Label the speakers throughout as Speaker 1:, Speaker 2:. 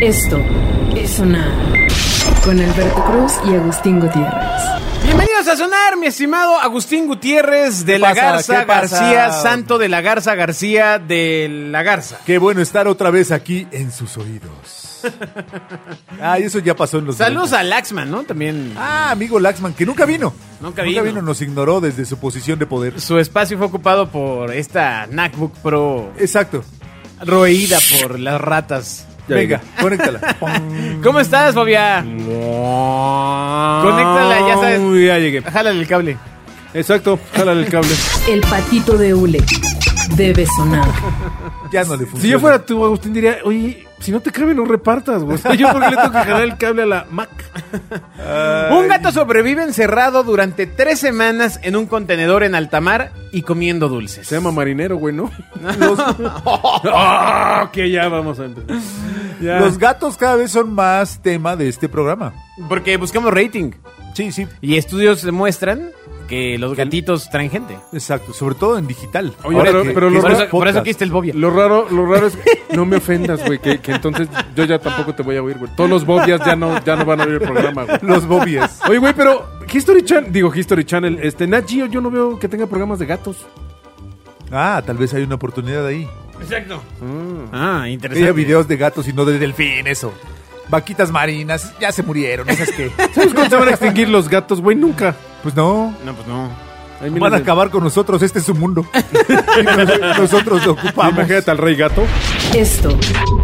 Speaker 1: Esto es Sonar con Alberto Cruz y Agustín Gutiérrez.
Speaker 2: Bienvenidos a sonar, mi estimado Agustín Gutiérrez de la
Speaker 3: pasa?
Speaker 2: Garza
Speaker 3: ¿Qué pasa?
Speaker 2: García, santo de la Garza García de la Garza.
Speaker 3: Qué bueno estar otra vez aquí en sus oídos. Ah, y eso ya pasó en los.
Speaker 2: Saludos
Speaker 3: noventas.
Speaker 2: a Laxman, ¿no? También
Speaker 3: Ah, amigo Laxman, que nunca vino.
Speaker 2: Nunca vino.
Speaker 3: nos ignoró desde su posición de poder.
Speaker 2: su espacio fue ocupado por esta MacBook Pro
Speaker 3: Exacto.
Speaker 2: roída por las ratas.
Speaker 3: Venga, conéctala.
Speaker 2: ¿Cómo estás, Bobia? Conéctala, ya sabes.
Speaker 4: Uy, ya llegué.
Speaker 2: Jálale el cable.
Speaker 4: Exacto, jala el cable.
Speaker 1: El patito de Ule debe sonar.
Speaker 3: Ya no le funciona.
Speaker 4: Si yo fuera tú, Agustín, diría, oye, si no te cabe, no repartas, güey. O sea, Yo por qué le tengo que jalar el cable a la Mac.
Speaker 2: Un gato sobrevive encerrado durante tres semanas en un contenedor en alta mar y comiendo dulces.
Speaker 4: Se llama marinero, güey, ¿no? Los- Ah, ok, ya vamos a empezar. Ya.
Speaker 3: Los gatos cada vez son más tema de este programa.
Speaker 2: Porque buscamos rating.
Speaker 3: Sí, sí.
Speaker 2: Y estudios demuestran que los gatitos traen gente.
Speaker 3: Exacto. Sobre todo en digital.
Speaker 4: Oye,
Speaker 3: Ahora
Speaker 4: pero-
Speaker 3: que-
Speaker 4: pero
Speaker 3: que
Speaker 4: los
Speaker 2: Por
Speaker 3: son
Speaker 2: eso,
Speaker 4: gatos-
Speaker 2: por
Speaker 3: podcasts.
Speaker 2: eso aquí está el Bobia.
Speaker 4: Lo raro, lo raro es que no me ofendas, güey, que, que entonces yo ya tampoco te voy a oír, güey. Todos los bobias ya no, ya no van a oír el programa, güey.
Speaker 3: Los bobies.
Speaker 4: Oye, güey, pero History Channel, digo History Channel, este, Nat Geo, yo no veo que tenga programas de gatos.
Speaker 3: Ah, tal vez hay una oportunidad ahí.
Speaker 2: Ah,
Speaker 3: Que haya
Speaker 2: interesante.
Speaker 3: videos de gatos y no de delfines o vaquitas marinas. Ya se murieron, esas que.
Speaker 4: ¿Sabes cuándo Pues, se van a extinguir los gatos, güey? Nunca.
Speaker 3: Pues no.
Speaker 2: No, pues no.
Speaker 4: Ahí
Speaker 3: Van
Speaker 4: miren
Speaker 3: a
Speaker 4: el-
Speaker 3: acabar con nosotros, este es su mundo. Y nos- nosotros lo ocupamos.
Speaker 4: Imagínate al rey gato.
Speaker 1: Esto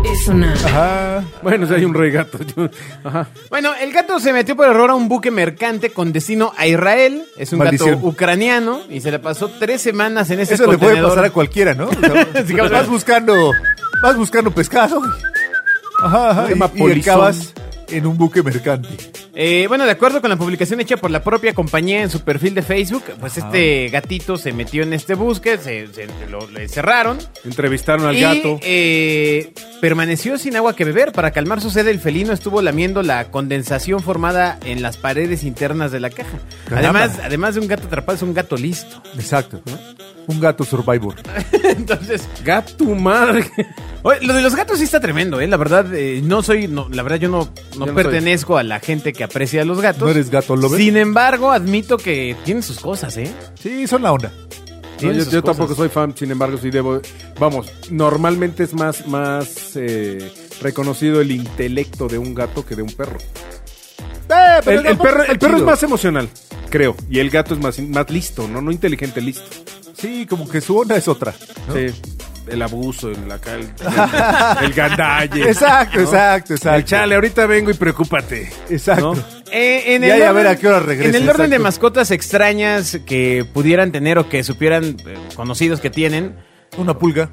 Speaker 1: es sonar.
Speaker 3: Ajá.
Speaker 4: Bueno, si hay un rey gato. yo- Ajá.
Speaker 2: Bueno, el gato se metió por error a un buque mercante con destino a Israel. Es un
Speaker 3: Maldición.
Speaker 2: gato ucraniano y se la pasó tres semanas en ese
Speaker 3: Eso le puede
Speaker 2: contenedor.
Speaker 3: pasar a cualquiera, ¿no? O sea,
Speaker 2: Sí, cabrón.
Speaker 3: vas buscando, vas buscando pescado. Ajá, ajá,
Speaker 4: Se llama
Speaker 3: y, y
Speaker 4: polizón.
Speaker 3: acabas en un buque mercante.
Speaker 2: Eh, bueno, de acuerdo con la publicación hecha por la propia compañía en su perfil de Facebook, pues este gatito se metió en este buque, se, se- lo, le cerraron.
Speaker 4: Entrevistaron al
Speaker 2: y,
Speaker 4: gato.
Speaker 2: eh, permaneció sin agua que beber. Para calmar su sed, el felino estuvo lamiendo la condensación formada en las paredes internas de la caja.
Speaker 3: Caramba.
Speaker 2: Además, además de un gato atrapado, es un gato listo.
Speaker 3: Exacto. ¿no? Un gato survivor.
Speaker 2: Entonces,
Speaker 4: Gato madre.
Speaker 2: oye, lo de los gatos sí está tremendo, ¿eh? La verdad, eh, no soy, no, la verdad yo no, no
Speaker 4: Yo no
Speaker 2: pertenezco a la gente que aprecia a los gatos.
Speaker 3: ¿No eres gato lover?
Speaker 2: Sin embargo, admito que tienen sus cosas, ¿eh?
Speaker 3: Sí, son la onda.
Speaker 4: No,
Speaker 2: Tienen
Speaker 4: yo
Speaker 2: sus
Speaker 4: yo
Speaker 2: cosas.
Speaker 4: tampoco soy fan, sin embargo, sí debo. Vamos, normalmente es más, más eh, reconocido el intelecto de un gato que de un perro.
Speaker 3: Eh, pero
Speaker 4: El, el
Speaker 3: tampoco
Speaker 4: perro,
Speaker 3: está
Speaker 4: el perro es
Speaker 3: chido.
Speaker 4: más emocional, creo. Y el gato es más, más listo, ¿no? No inteligente, listo.
Speaker 3: Sí, como que su onda es otra. ¿no?
Speaker 4: Sí. El abuso, el, acá, el, el, el gandalle.
Speaker 3: Exacto,
Speaker 4: ¿no?
Speaker 3: exacto, exacto.
Speaker 4: El chale, ahorita vengo y preocúpate.
Speaker 3: Exacto.
Speaker 4: ¿No?
Speaker 2: Eh, en
Speaker 3: Ya, ya, a ver a qué hora regresa,
Speaker 2: En el orden de
Speaker 3: exacto.
Speaker 2: mascotas extrañas que pudieran tener o que supieran eh, conocidos que tienen,
Speaker 3: Una pulga.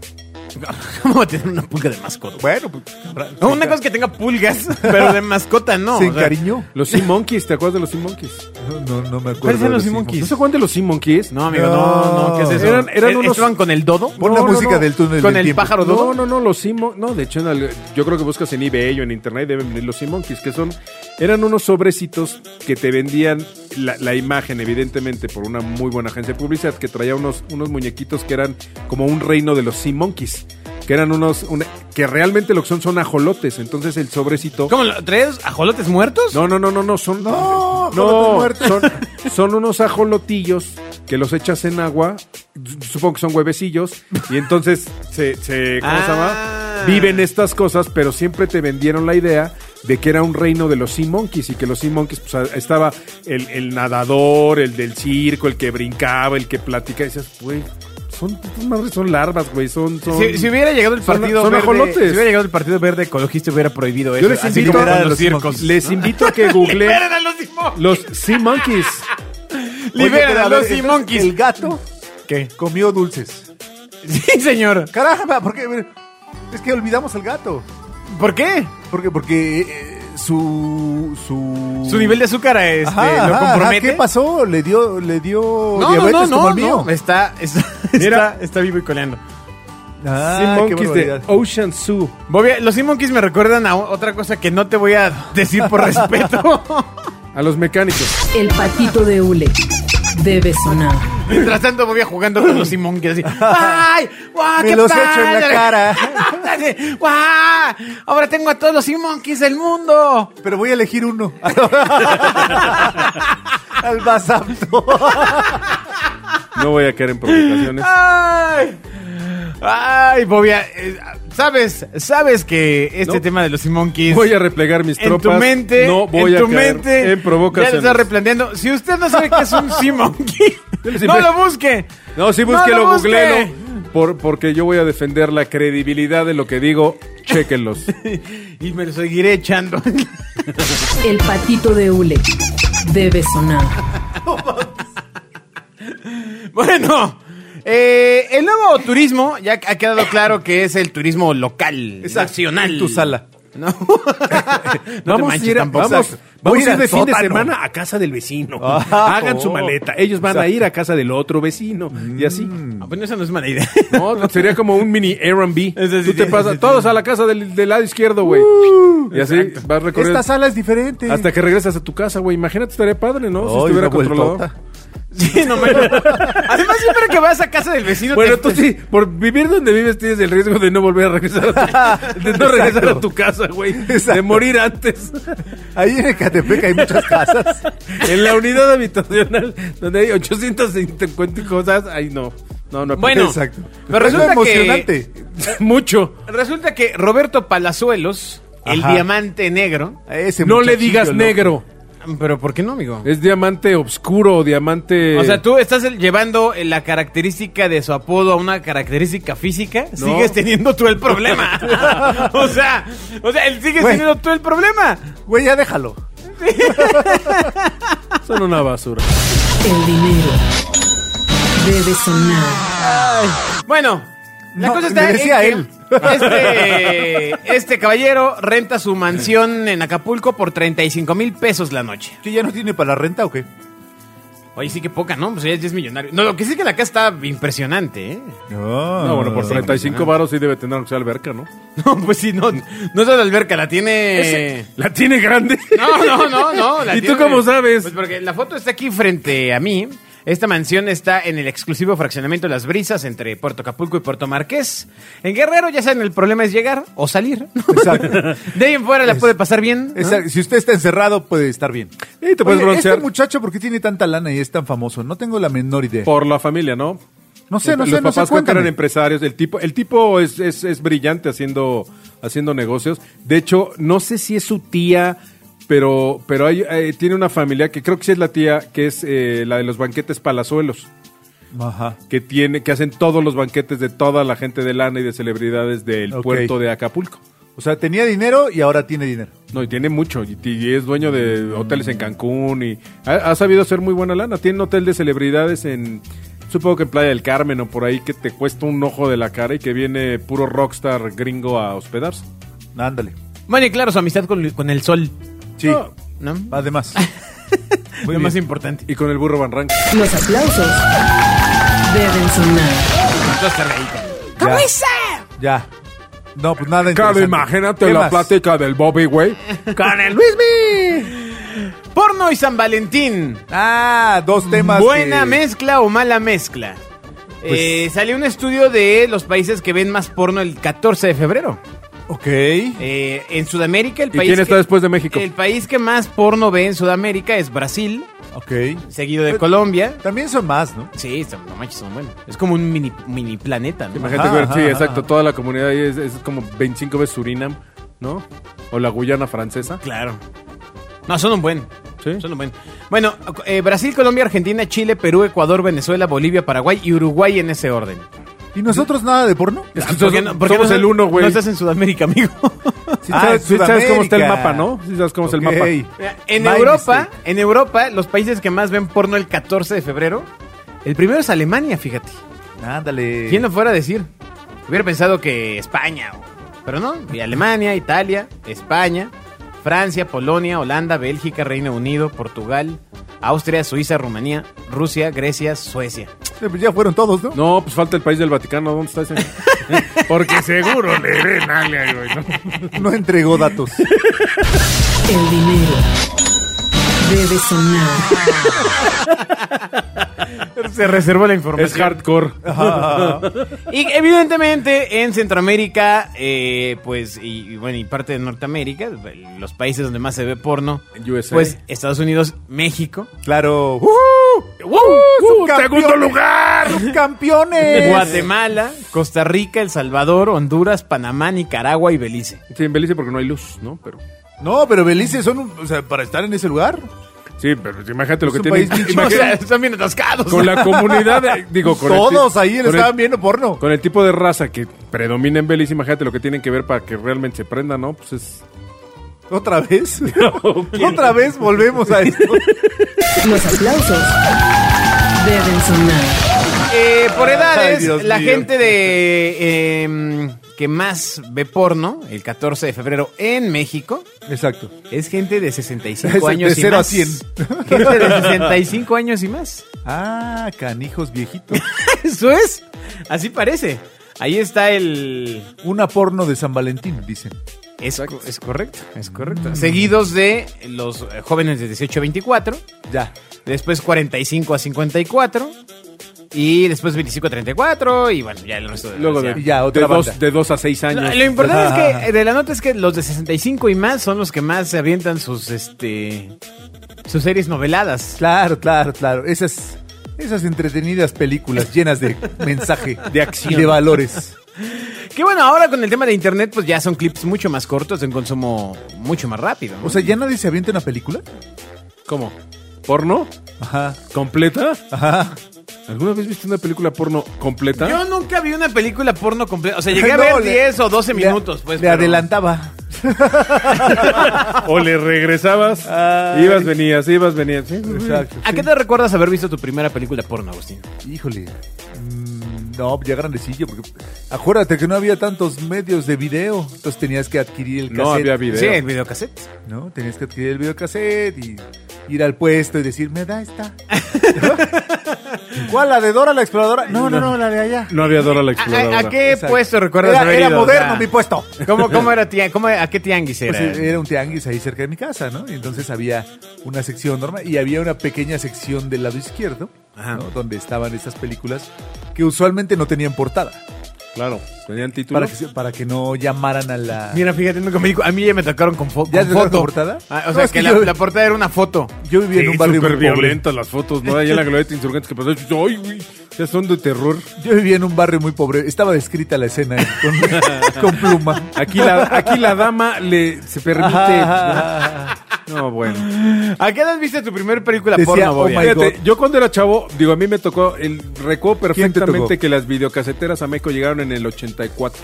Speaker 2: ¿cómo va a tener una pulga de mascota?
Speaker 3: Bueno, pues. habrá-
Speaker 2: No, una cosa es que tenga pulgas, pero de mascota no.
Speaker 3: se
Speaker 2: o sea,
Speaker 3: encariñó.
Speaker 4: Los Sea Monkeys, ¿te acuerdas de los Sea Monkeys?
Speaker 3: No, no, no me acuerdo.
Speaker 2: ¿Cuáles eran
Speaker 3: de
Speaker 2: los Sea
Speaker 3: Simon.
Speaker 2: Monkeys?
Speaker 4: ¿No se acuerdan de los Sea Monkeys?
Speaker 2: No, amigo, no, no, ¿qué es eso?
Speaker 4: Eran- eran
Speaker 2: ¿E-
Speaker 4: unos-
Speaker 2: ¿Estaban con el dodo?
Speaker 3: Pon la
Speaker 4: No, no,
Speaker 3: música
Speaker 4: no.
Speaker 3: del túnel
Speaker 2: ¿Con
Speaker 3: del
Speaker 2: el
Speaker 3: tiempo.
Speaker 2: pájaro dodo?
Speaker 4: No, no, no, los Sea Mon- No, de hecho, en al- yo creo que buscas en eBay o en internet deben venir los Sea Monkeys, que son. Eran unos sobrecitos que te vendían la, la imagen, evidentemente, por una muy buena agencia de publicidad, que traía unos, unos muñequitos que eran como un reino de los Sea Monkeys. Que eran unos. una- que realmente lo que son son ajolotes. Entonces el sobrecito.
Speaker 2: ¿Cómo? lo- ¿Traes ajolotes muertos?
Speaker 4: No, no, no, no, no, son.
Speaker 3: No,
Speaker 4: No,
Speaker 3: muerto.
Speaker 4: son, son unos ajolotillos que los echas en agua, su- supongo que son huevecillos, y entonces se, se- ¿cómo se
Speaker 2: Ah.
Speaker 4: llama? Viven estas cosas, pero siempre te vendieron la idea de que era un reino de los Sea Monkeys y que los Sea Monkeys pues, a- estaba el, el nadador, el del circo, el que brincaba, el que platica, y dices, güey, son, estas madres son larvas, güey, son... son-
Speaker 2: Si, si hubiera llegado el
Speaker 4: son-
Speaker 2: partido
Speaker 4: son
Speaker 2: verde,
Speaker 4: ajolotes.
Speaker 2: si hubiera llegado el partido verde ecologista hubiera prohibido eso.
Speaker 4: Yo les
Speaker 2: así
Speaker 4: invito,
Speaker 2: como con
Speaker 3: a
Speaker 2: los
Speaker 3: los
Speaker 2: circos.
Speaker 4: les invito a que googleen
Speaker 2: Liberen a los Sea Monkeys.
Speaker 4: los Sea Monkeys.
Speaker 3: Oye,
Speaker 2: Liberen
Speaker 3: pero
Speaker 2: a
Speaker 3: a
Speaker 2: los
Speaker 3: ver,
Speaker 2: Sea
Speaker 3: entonces,
Speaker 2: Monkeys.
Speaker 3: El gato
Speaker 2: ¿Qué?
Speaker 3: comió dulces.
Speaker 2: Sí, señor.
Speaker 3: Caramba, porque es que olvidamos al gato.
Speaker 2: ¿Por qué?
Speaker 3: Porque, porque eh, su, su.
Speaker 2: Su nivel de azúcar este,
Speaker 3: Ajá,
Speaker 2: lo
Speaker 3: Uh. ajá,
Speaker 2: compromete.
Speaker 3: ajá, ¿Qué pasó? ¿Le dio, le dio
Speaker 2: No, no,
Speaker 3: diabetes
Speaker 2: no, no,
Speaker 3: como el mío?
Speaker 2: no. Está, está,
Speaker 4: Mira.
Speaker 2: está, está vivo y coleando.
Speaker 3: Ah,
Speaker 4: sea
Speaker 3: qué
Speaker 4: Monkeys de
Speaker 2: Oh,
Speaker 3: barbaridad.
Speaker 4: Ocean Zoo.
Speaker 2: Bobby, los Sea Monkeys me recuerdan a o- otra cosa que no te voy a decir por respeto.
Speaker 4: A los mecánicos.
Speaker 1: El patito de Ule debe sonar.
Speaker 2: Mientras tanto me voy jugando con los Simón que así. ¡Ay! ¡Guau!
Speaker 3: Me
Speaker 2: ah, ¡Qué
Speaker 3: los
Speaker 2: padre!
Speaker 3: echo en la cara.
Speaker 2: Así, ¡Guau! Ahora tengo a todos los Simonkis del mundo.
Speaker 3: Pero voy a elegir uno. Al más apto.
Speaker 4: No voy a caer en provocaciones.
Speaker 2: ¡Ay! ¡Ay, Bobia! eh, ¿Sabes? ¿Sabes que este
Speaker 4: No.
Speaker 2: tema de los Simonkis...
Speaker 4: Voy a replegar mis
Speaker 2: en
Speaker 4: tropas.
Speaker 2: tu mente,
Speaker 4: no voy
Speaker 2: en
Speaker 4: a
Speaker 2: tu
Speaker 4: caer
Speaker 2: mente,
Speaker 4: en
Speaker 2: Ya lo
Speaker 4: provocaciones.
Speaker 2: está replanteando. Si usted no sabe qué es un Sea Monkey, no lo busque.
Speaker 4: no, sí,
Speaker 2: No
Speaker 4: búsquelo,
Speaker 2: lo busque.
Speaker 4: googleelo. Por, porque yo voy a defender la credibilidad de lo que digo. Chéquenlos.
Speaker 2: Y me lo seguiré echando.
Speaker 1: El patito de hule debe sonar.
Speaker 2: bueno, eh, el nuevo turismo ya ha quedado claro que es el turismo local, nacional.
Speaker 3: En tu sala.
Speaker 2: No, No te manches tampoco.
Speaker 4: vamos,
Speaker 3: Voy a ir
Speaker 4: vamos a ir
Speaker 3: al
Speaker 4: de fin de
Speaker 3: sótano.
Speaker 4: semana a casa del vecino.
Speaker 3: Ah,
Speaker 4: Hagan su
Speaker 3: oh. Mm.
Speaker 4: maleta. Ellos van a ir a casa del otro vecino. Y así.
Speaker 2: Ah, bueno, esa no es mala idea.
Speaker 4: No, sería como un mini Airbnb.
Speaker 2: Ese sí
Speaker 4: Tú te
Speaker 2: tiene,
Speaker 4: pasas
Speaker 2: ese sí
Speaker 4: todos a la casa del, del lado izquierdo, güey.
Speaker 3: Uh.
Speaker 4: y así vas recorriendo.
Speaker 3: Esta sala es diferente.
Speaker 4: Hasta que regresas a tu casa, güey. Imagínate, estaría padre, ¿no? si
Speaker 3: Ay,
Speaker 4: estuviera
Speaker 3: una vueltota.
Speaker 4: controlado.
Speaker 2: Sí, no me... Además, siempre que vas a casa del vecino...
Speaker 4: Bueno,
Speaker 2: te-
Speaker 4: tú sí, por vivir donde vives tienes el riesgo de no volver a regresar a tu, de no regresar a tu casa, güey. De morir antes.
Speaker 3: Ahí en Ecatepec hay muchas casas.
Speaker 4: En la unidad habitacional donde hay 850 cosas, ay no. No, no.
Speaker 2: Bueno,
Speaker 3: Exacto.
Speaker 2: pero
Speaker 3: Es lo
Speaker 2: resulta que-
Speaker 3: emocionante.
Speaker 4: mucho.
Speaker 2: Resulta que Roberto Palazuelos, el
Speaker 3: Ajá.
Speaker 2: diamante negro...
Speaker 3: Ese
Speaker 4: No
Speaker 3: Este
Speaker 4: le
Speaker 3: muchachillo
Speaker 4: digas
Speaker 3: loco.
Speaker 4: negro.
Speaker 2: Pero ¿por qué no,
Speaker 3: Eh.
Speaker 2: amigo?
Speaker 4: Es diamante oscuro o diamante
Speaker 2: O sea, tú estás el- llevando eh, la característica de su apodo a una característica física,
Speaker 4: No.
Speaker 2: sigues teniendo tú el problema. o sea, o sea, él sigues
Speaker 3: Güey.
Speaker 2: teniendo tú el problema.
Speaker 3: Güey, ya déjalo.
Speaker 4: son una basura.
Speaker 1: El dinero debe sonar.
Speaker 2: Bueno, la
Speaker 3: No,
Speaker 2: cosa está
Speaker 3: le decía
Speaker 2: en
Speaker 3: él.
Speaker 2: que este, este caballero renta su mansión en Acapulco por 35 mil pesos la noche.
Speaker 3: ¿Que ya no tiene para la renta o qué?
Speaker 2: Oye, sí que poca, ¿no? Pues ella ya es millonario. No, lo que sí que la casa está impresionante, ¿eh?
Speaker 3: No,
Speaker 4: No, bueno, por 35 varos sí debe tener aunque sea alberca, ¿no?
Speaker 2: No, pues sí, no, no es la alberca, la tiene...
Speaker 4: La tiene grande.
Speaker 2: Eh. No, no, no, no. la
Speaker 4: ¿Y tú
Speaker 2: tiene-
Speaker 4: cómo sabes?
Speaker 2: Pues porque la foto está aquí frente a mí. Esta mansión está en el exclusivo fraccionamiento Las Brisas entre Puerto Acapulco y Puerto Marqués. En Guerrero, ya saben, el problema es llegar o salir. ¿no?
Speaker 3: Exacto.
Speaker 2: De ahí en fuera la puede pasar bien. ¿no?
Speaker 3: Exacto. Si usted está encerrado, puede estar bien.
Speaker 4: Y te puedes
Speaker 3: Oye,
Speaker 4: broncear.
Speaker 3: Este muchacho, ¿por qué tiene tanta lana y es tan famoso? No tengo la menor idea.
Speaker 4: Por la familia, ¿no?
Speaker 3: Este, No sé, no
Speaker 4: Los
Speaker 3: sé, no sé.
Speaker 4: papás creo que eran
Speaker 3: cuéntame.
Speaker 4: empresarios. El tipo, el tipo es, es, es brillante haciendo, haciendo negocios. De hecho, no sé si es su tía, pero, pero hay, eh, tiene una familia que creo que sí es la tía, que es eh, la de los banquetes palazuelos,
Speaker 3: Ajá.
Speaker 4: que tiene, que hacen todos los banquetes de toda la gente de lana y de celebridades del
Speaker 3: Ok.
Speaker 4: puerto de Acapulco.
Speaker 3: O sea, tenía dinero y ahora tiene dinero.
Speaker 4: No, y tiene mucho. Y, y es dueño de hoteles en Cancún y ha, ha sabido hacer muy buena lana. Tiene un hotel de celebridades en, supongo que en Playa del Carmen o por ahí, que te cuesta un ojo de la cara y que viene puro rockstar gringo a hospedarse.
Speaker 3: Ándale.
Speaker 2: Bueno, y claro, su amistad con, con el sol,
Speaker 3: Sí.
Speaker 4: No,
Speaker 2: ¿no?
Speaker 3: Además.
Speaker 2: Lo más
Speaker 3: bien.
Speaker 2: importante.
Speaker 4: Y con el burro Van Ranking.
Speaker 1: Los aplausos deben sonar.
Speaker 2: Entonces, cargadito.
Speaker 3: ¿Cómo Ya. No, pues nada
Speaker 4: Cabe,
Speaker 3: interesante.
Speaker 4: imagínate
Speaker 3: ¿Qué
Speaker 4: la
Speaker 3: más?
Speaker 4: plática del Bobby, güey.
Speaker 2: ¡Con el Luismi! Porno y San Valentín.
Speaker 3: Ah, dos temas.
Speaker 2: ¿Buena
Speaker 3: que-
Speaker 2: mezcla o mala mezcla?
Speaker 3: Pues-
Speaker 2: Eh, salió un estudio de los países que ven más porno el 14 de febrero.
Speaker 3: Ok.
Speaker 2: Eh, en Sudamérica, el
Speaker 4: ¿Y
Speaker 2: país.
Speaker 4: quién está
Speaker 2: que-
Speaker 4: después de México?
Speaker 2: El país que más porno ve en Sudamérica es Brasil,
Speaker 3: Ok.
Speaker 2: seguido de
Speaker 3: Pero-
Speaker 4: Pues-
Speaker 2: Colombia.
Speaker 3: También son más, ¿no?
Speaker 2: Sí, son- no manches, son buenos. Es como un mini, mini planeta, ¿no?
Speaker 4: Imagínate,
Speaker 3: Ajá,
Speaker 4: güey,
Speaker 3: ajá,
Speaker 4: sí,
Speaker 3: ajá.
Speaker 4: exacto. Toda la comunidad ahí es, es como 25 veces Surinam, ¿no? O la Guyana francesa.
Speaker 2: Claro. No, son un buen.
Speaker 4: Sí.
Speaker 2: Son un buen. Bueno, eh, Brasil, Colombia, Argentina, Chile, Perú, Ecuador, Venezuela, Bolivia, Paraguay y Uruguay en ese orden.
Speaker 3: ¿Y nosotros nada de porno?
Speaker 4: Es que
Speaker 2: ¿Por qué
Speaker 4: somos,
Speaker 2: no- por qué
Speaker 4: somos
Speaker 2: no-
Speaker 4: el uno, güey.
Speaker 2: No estás en Sudamérica, amigo.
Speaker 3: Sí,
Speaker 4: Ah,
Speaker 3: sabes-
Speaker 4: sí sabes cómo está el
Speaker 3: Sudamérica.
Speaker 4: mapa, ¿no? Sí sabes cómo está el
Speaker 3: Ok.
Speaker 4: mapa.
Speaker 2: Mira, En
Speaker 3: My
Speaker 2: Europa,
Speaker 3: mistake.
Speaker 4: este.
Speaker 2: en Europa, los países que más ven porno el 14 de febrero, el primero es Alemania, fíjate.
Speaker 3: Ándale.
Speaker 2: ¿Quién lo fuera a decir? Hubiera pensado que España, o- pero no. Y Alemania, Italia, España, Francia, Polonia, Holanda, Bélgica, Reino Unido, Portugal, Austria, Suiza, Rumanía, Rusia, Grecia, Suecia.
Speaker 3: Eh, pues ya fueron todos, ¿no?
Speaker 4: No, pues falta el país del Vaticano, ¿dónde está ese? Porque seguro le ven algo, güey, ¿no?
Speaker 3: No entregó datos.
Speaker 1: El dinero debe sonar.
Speaker 2: Se reservó la
Speaker 4: Es
Speaker 2: información.
Speaker 4: hardcore.
Speaker 2: Y evidentemente en Centroamérica, eh, pues, y, y bueno, y parte de Norteamérica, los países donde más se ve porno,
Speaker 4: USA.
Speaker 2: pues Estados Unidos, México,
Speaker 3: Claro. ¡Uh!
Speaker 4: ¡Uh!
Speaker 3: ¡Subcampeones!
Speaker 4: ¡Segundo lugar!
Speaker 3: ¡Campeones!
Speaker 2: Guatemala, Costa Rica, El Salvador, Honduras, Panamá, Nicaragua y Belice.
Speaker 4: Sí, en Belice porque no hay luz, ¿no? Pero.
Speaker 3: No, pero Belice son, un- o sea, para estar en ese lugar.
Speaker 4: Sí, pero imagínate lo
Speaker 3: Es
Speaker 4: que
Speaker 3: un
Speaker 4: tienen.
Speaker 3: país pinche-
Speaker 2: O
Speaker 4: imagínate-
Speaker 2: sea, están bien atascados.
Speaker 4: con la comunidad, de- digo, con el ti-
Speaker 3: Todos ahí le
Speaker 4: con el-
Speaker 3: estaban viendo porno.
Speaker 4: Con el tipo de raza que predomina en Belice, imagínate lo que tienen que ver para que realmente se prenda, ¿no? Pues es.
Speaker 3: ¿Otra vez? Otra vez volvemos a esto.
Speaker 1: Los aplausos deben sonar.
Speaker 2: Eh, por edades,
Speaker 3: Ay, Dios
Speaker 2: la
Speaker 3: mío.
Speaker 2: gente de em, que más ve porno el 14 de febrero en México
Speaker 3: Exacto.
Speaker 2: es gente de 65
Speaker 3: Es de
Speaker 2: años y
Speaker 3: 0 a
Speaker 2: más.
Speaker 3: 100.
Speaker 2: Gente de 65 años y más.
Speaker 3: Ah, canijos viejitos.
Speaker 2: Eso es. Así parece. Ahí está el.
Speaker 3: Una porno de San Valentín, dicen.
Speaker 2: Es, co- es correcto, es correcto. Seguidos de los eh, jóvenes de 18 a 24,
Speaker 3: Ya.
Speaker 2: después 45 a 54, y después 25 a 34, y bueno, ya el resto de
Speaker 4: Luego
Speaker 2: ya.
Speaker 4: de,
Speaker 3: Y ya, otra
Speaker 4: de
Speaker 3: banda.
Speaker 4: dos, de dos a seis
Speaker 2: Lo,
Speaker 4: años.
Speaker 2: lo importante es que eh, de la nota es que los de 65 y más son los que más se avientan sus este sus series noveladas.
Speaker 3: Claro, claro, claro. Esas, esas entretenidas películas llenas de mensaje, de acción, de valores.
Speaker 2: Que bueno, ahora con el tema de internet pues ya son clips mucho más cortos, de un consumo mucho más rápido. ¿no?
Speaker 3: O sea, ¿ya nadie se avienta una película?
Speaker 4: ¿Cómo? ¿Porno?
Speaker 3: Ajá,
Speaker 4: ¿Completa?
Speaker 3: ajá.
Speaker 4: ¿Alguna vez viste una película porno completa?
Speaker 2: yo nunca vi una película porno completa. O sea, llegué a
Speaker 3: ¿Ah? No,
Speaker 2: ver
Speaker 3: le-
Speaker 2: 10 o 12
Speaker 3: Le-
Speaker 2: minutos, pues.
Speaker 3: Le
Speaker 2: pero-
Speaker 3: adelantaba.
Speaker 4: O le regresabas,
Speaker 3: Ay.
Speaker 4: ibas, venías, ibas, venías. ¿sí?
Speaker 3: Exacto.
Speaker 2: ¿A
Speaker 3: sí.
Speaker 2: qué te recuerdas haber visto tu primera película porno, Agustín?
Speaker 3: Híjole. Mm, No, ya grandecillo, porque acuérdate que no había tantos medios de video, entonces tenías que adquirir el cassette.
Speaker 4: No había video.
Speaker 2: Sí, en videocassette.
Speaker 3: ¿no? Tenías que adquirir el videocassette y ir al puesto y decir, me da esta. ¿Cuál? ¿La de Dora la exploradora? No, no, no, la de allá.
Speaker 4: No había Dora la
Speaker 2: ¿A, a-
Speaker 4: exploradora.
Speaker 2: a qué
Speaker 3: Exacto.
Speaker 2: puesto recuerdas
Speaker 3: Era-
Speaker 2: haber
Speaker 3: era
Speaker 2: ido?
Speaker 3: moderno
Speaker 2: O sea,
Speaker 3: mi puesto.
Speaker 2: ¿Cómo, cómo era tía- cómo- ¿A qué tianguis era?
Speaker 3: Pues, eh, era un tianguis ahí cerca de mi casa, ¿no? Y entonces había una sección normal y había una pequeña sección del lado izquierdo,
Speaker 2: Ajá.
Speaker 3: ¿no? Donde estaban estas películas que usualmente no tenían portada.
Speaker 4: Claro, tenían título.
Speaker 3: Para que, se- para que no llamaran a la...
Speaker 2: Mira, fíjate, nunca me dijo. A mí Ah. ya me tocaron con, fo- con
Speaker 3: ¿Ya te tocaron
Speaker 2: foto.
Speaker 3: con portada?
Speaker 2: Ah, o
Speaker 3: No,
Speaker 2: sea,
Speaker 3: es
Speaker 2: que
Speaker 3: que
Speaker 2: la,
Speaker 3: yo-
Speaker 2: la portada era una foto.
Speaker 3: Yo vivía en un barrio muy
Speaker 4: súper
Speaker 3: pobre.
Speaker 4: violentas las fotos, ¿no? Allá en la glorieta de insurgentes que pasó. yo, Ay, güey, ya son de terror.
Speaker 3: Yo vivía en un barrio muy pobre. Estaba descrita la escena eh, con, con pluma.
Speaker 4: Aquí la, aquí la dama le se permite.
Speaker 3: Ah, Ajá.
Speaker 4: No, bueno.
Speaker 2: ¿A qué edad viste tu primera película
Speaker 3: Decía,
Speaker 2: porno,
Speaker 3: oh
Speaker 2: Bobia?
Speaker 3: my-
Speaker 4: Fíjate,
Speaker 3: God.
Speaker 4: yo cuando era chavo, digo, a mí me tocó, el recuerdo
Speaker 3: ¿Quién te tocó?
Speaker 4: perfectamente que las videocaseteras a México llegaron en el 84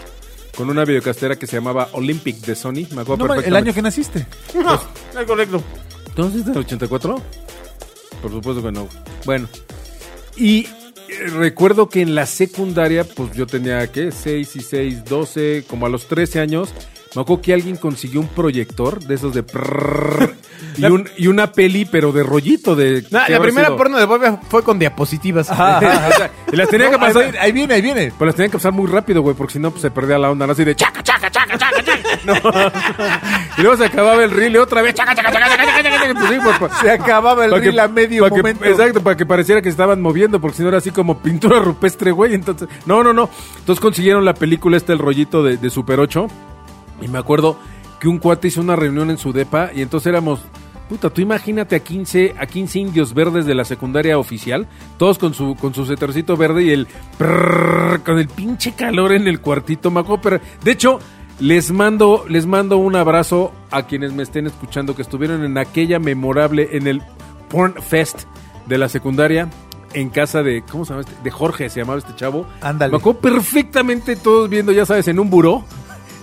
Speaker 4: con una videocastera que se llamaba Olympic de Sony. Me acuerdo
Speaker 3: No, ma- el año
Speaker 4: perfectamente.
Speaker 3: que naciste.
Speaker 2: No, es correcto.
Speaker 4: ¿Entonces del 84? Por supuesto que no. Bueno. Y eh, recuerdo que en la secundaria, pues yo tenía, ¿qué? 6 y 6, 12, como a los 13 años. Me acuerdo que alguien consiguió un proyector de esos de... prrrr, y, un- y una peli, pero de rollito de...
Speaker 2: No,
Speaker 4: ¿qué
Speaker 2: la
Speaker 4: habrá
Speaker 2: primera
Speaker 4: sido?
Speaker 2: porno de Bobia fue con diapositivas.
Speaker 4: O sea, y las tenía que
Speaker 3: No, ahí
Speaker 4: pasar...
Speaker 3: viene, Ahí viene, ahí viene.
Speaker 4: Pues las tenía que pasar muy rápido, güey, porque si no, pues se perdía la onda, ¿no? Así de chaca, chaca, chaca, chaca, chaca. No. Y luego se acababa el reel y otra vez chaca, chaca, chaca, chaca, chaca, chaca, chaca. Pues sí, pues, pues,
Speaker 3: Se acababa el
Speaker 4: para
Speaker 3: reel a medio
Speaker 4: para que-
Speaker 3: momento.
Speaker 4: exacto, para que pareciera que se estaban moviendo, porque si no era así como pintura rupestre, güey. Entonces, no, no, no. Entonces consiguieron la película, este, el rollito de, de Super 8. Y me acuerdo que un cuate hizo una reunión en su depa y entonces éramos... Puta, tú imagínate a 15, a 15 indios verdes de la secundaria oficial, todos con su, con su cetercito verde y el prrrr, con el pinche calor en el cuartito, me acuerdo, pero de hecho, les mando, les mando un abrazo a quienes me estén escuchando, que estuvieron en aquella memorable, en el Porn Fest de la secundaria en casa de, ¿cómo se llama este? De Jorge, se llamaba este chavo.
Speaker 3: Ándale.
Speaker 4: Me acuerdo perfectamente todos viendo, ya sabes, en un buró,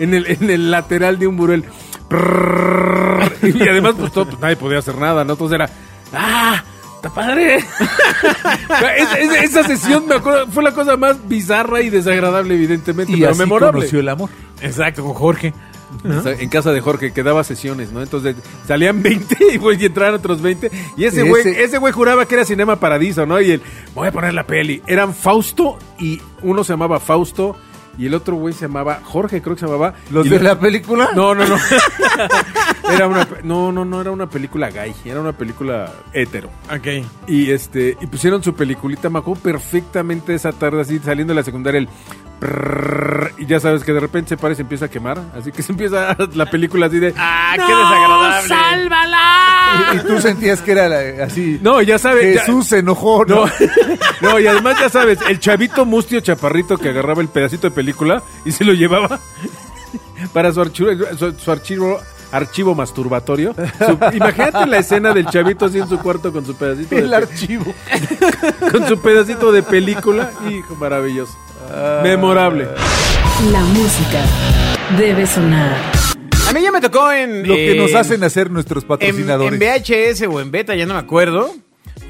Speaker 4: en el, en el lateral de un buró, el prrrr. y además pues, todo, pues, nadie podía hacer nada, ¿no? Entonces era, ¡ah! ¡Está padre! Es- es- esa sesión, me acuerdo, fue la cosa más bizarra y desagradable, evidentemente,
Speaker 3: Y
Speaker 4: pero
Speaker 3: así
Speaker 4: memorable.
Speaker 3: conoció el amor.
Speaker 2: Exacto, con Jorge.
Speaker 4: O sea, En casa de Jorge, que daba sesiones, ¿no? Entonces salían 20 y, güey, y entraban otros 20. Y ese
Speaker 3: Ese-
Speaker 4: güey ese güey juraba que era Cinema Paradiso, ¿no? Y él, voy a poner la peli. Eran Fausto y uno se llamaba Fausto Y el otro güey se llamaba Jorge, creo que se llamaba.
Speaker 3: ¿Los
Speaker 4: y
Speaker 3: de
Speaker 4: lo-
Speaker 3: la película?
Speaker 4: No, no, no. era una, pe- no, no, no, era una película gay, era una película hétero.
Speaker 5: Ok.
Speaker 4: Y este, y pusieron su peliculita, me acuerdo perfectamente esa tarde así saliendo de la secundaria el prrrr, y ya sabes que de repente se para y se empieza a quemar, así que se empieza la película así de
Speaker 2: ¡Ah, qué desagradable!
Speaker 3: Y, y tú sentías que era la- así.
Speaker 4: No, ya sabes, ya-
Speaker 3: Jesús se enojó, ¿no?
Speaker 4: no, no, y además ya sabes, el chavito mustio chaparrito que agarraba el pedacito de película y se lo llevaba para su archivo, su, su archivo, archivo masturbatorio. Su- imagínate la escena del chavito así en su cuarto con su pedacito de
Speaker 3: El
Speaker 4: pe-
Speaker 3: archivo.
Speaker 4: con su pedacito de película. Hijo, maravilloso.
Speaker 2: Ah.
Speaker 4: Memorable.
Speaker 1: La música debe sonar.
Speaker 2: A mí ya me tocó en...
Speaker 3: Lo que
Speaker 2: en-
Speaker 3: nos hacen hacer nuestros
Speaker 2: Eh, en,
Speaker 3: patrocinadores.
Speaker 2: en VHS o en beta, ya no me acuerdo.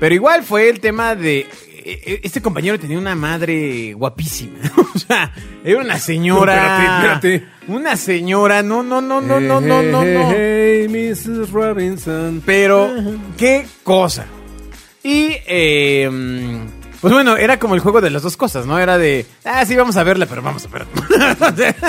Speaker 2: Pero igual fue el tema de... eh, eh, Este compañero tenía una madre guapísima. O sea, era una señora...
Speaker 4: No, espérate, espérate.
Speaker 2: Una señora, no, no, no, no, no, no, no, no.
Speaker 4: Hey, hey, Mrs. Robinson.
Speaker 2: Pero, qué cosa. Y, eh, mm, pues bueno, era como el juego de las dos cosas, ¿no? Era de, ah, sí, vamos a verla, pero vamos a verla.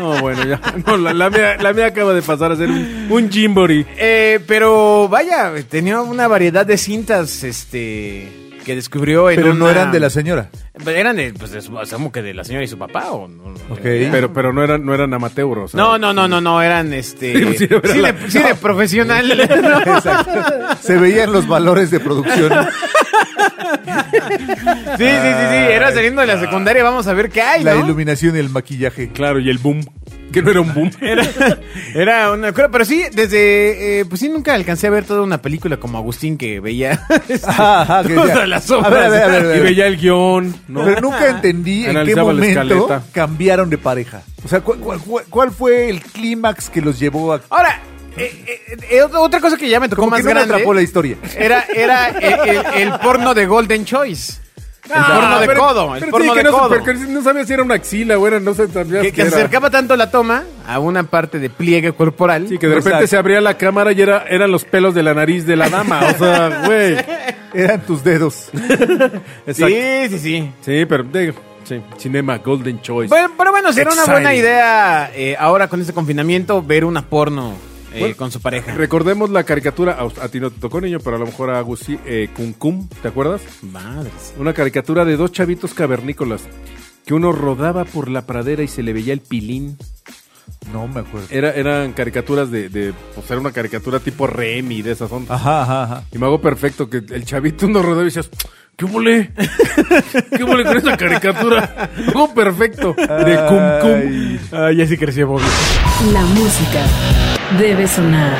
Speaker 4: No, bueno, ya. No, la, la mía, la mía acaba de pasar a ser un, un Jimbori.
Speaker 2: Eh, pero, vaya, tenía una variedad de cintas, este, que descubrió en
Speaker 3: Pero no
Speaker 2: una-
Speaker 3: eran de la señora.
Speaker 2: Eran de, pues, de su- o sea, como que de la señora y su papá, ¿o no?
Speaker 3: Ok.
Speaker 4: Pero, pero no eran, no eran amateur, o sea.
Speaker 2: No, no, no, no, no, eran, este,
Speaker 3: pues
Speaker 4: Sí,
Speaker 2: sí,
Speaker 4: sí, era la-
Speaker 2: de, sí de profesional.
Speaker 3: Exacto. Se veían los valores de producción.
Speaker 2: Sí, sí, sí, sí, era saliendo de la secundaria, vamos a ver qué hay,
Speaker 3: La
Speaker 2: ¿no?
Speaker 3: iluminación y el maquillaje.
Speaker 4: Claro, y el boom. Que no era un boom.
Speaker 2: Era, era una locura, pero sí, desde. eh, pues sí, nunca alcancé a ver toda una película como Agustín que veía. este,
Speaker 3: Ajá, que
Speaker 2: todas
Speaker 3: ya-
Speaker 2: las
Speaker 3: a ver, a ver, a ver, a
Speaker 2: obras.
Speaker 3: ver.
Speaker 4: Y veía el guión. ¿no? Ah,
Speaker 3: Pero nunca entendí en qué
Speaker 4: Analizaba la
Speaker 3: momento
Speaker 4: escaleta.
Speaker 3: cambiaron de pareja. O sea, ¿cu- cu- cu- cuál fue el clímax que los llevó a...
Speaker 2: Ahora, eh, eh, eh, otra cosa que ya me tocó
Speaker 3: Como
Speaker 2: más
Speaker 3: que no me
Speaker 2: grande. ¿eh?
Speaker 3: atrapó la historia.
Speaker 2: Era, era el, el- el porno de Golden Choice. El
Speaker 4: Ah,
Speaker 2: porno de
Speaker 4: pero-
Speaker 2: codo. El
Speaker 4: pero
Speaker 2: porno
Speaker 4: sí,
Speaker 2: de
Speaker 4: que no,
Speaker 2: codo.
Speaker 4: se- pero que no sabía si era una axila o era, no sé, sabía
Speaker 2: Que,
Speaker 4: qué
Speaker 2: que se
Speaker 4: era.
Speaker 2: acercaba tanto la toma a una parte de pliegue corporal.
Speaker 4: Sí, que de repente
Speaker 3: Exacto.
Speaker 4: se abría la cámara y era, eran los pelos de la nariz de la dama. O sea, güey.
Speaker 3: Eran tus dedos.
Speaker 4: Exacto.
Speaker 2: sí, sí, sí.
Speaker 4: Sí, pero digo, sí, Cinema Golden Choice.
Speaker 2: Bueno, pero bueno, será una buena
Speaker 4: Exciting.
Speaker 2: idea eh, ahora con este confinamiento ver una porno eh,
Speaker 4: Bueno,
Speaker 2: con su pareja.
Speaker 4: Recordemos la caricatura, a, a ti no te tocó niño, pero a lo mejor a Gusí, eh, Kun Kun, ¿te acuerdas?
Speaker 2: Madres.
Speaker 4: Una caricatura de dos chavitos cavernícolas, que uno rodaba por la pradera y se le veía el pilín.
Speaker 3: No me acuerdo.
Speaker 4: Era, eran caricaturas de, de, pues era una caricatura tipo Remy, de esas ondas.
Speaker 3: Ajá, ajá, ajá.
Speaker 4: Y me hago perfecto que el chavito uno rodaba y decías, ¿qué volé? ¿Qué volé con esa caricatura? Me hago perfecto. De Cum
Speaker 3: Ay.
Speaker 4: Cum. Ay, así creció Bobby.
Speaker 1: La música debe sonar.